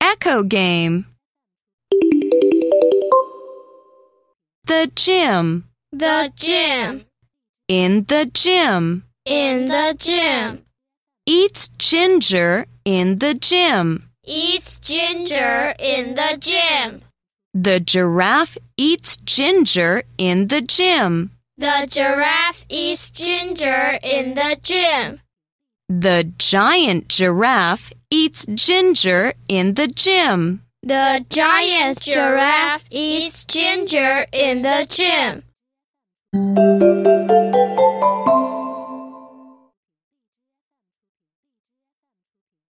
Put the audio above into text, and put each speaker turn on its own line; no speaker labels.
Echo game. The gym.
The gym.
In the gym.
In the gym.
Eats ginger in the gym.
Eats ginger in the gym.
The giraffe eats ginger in the gym.
The giraffe eats ginger in the gym.
The giant giraffe eats ginger in the gym.
The giant giraffe eats ginger in the gym.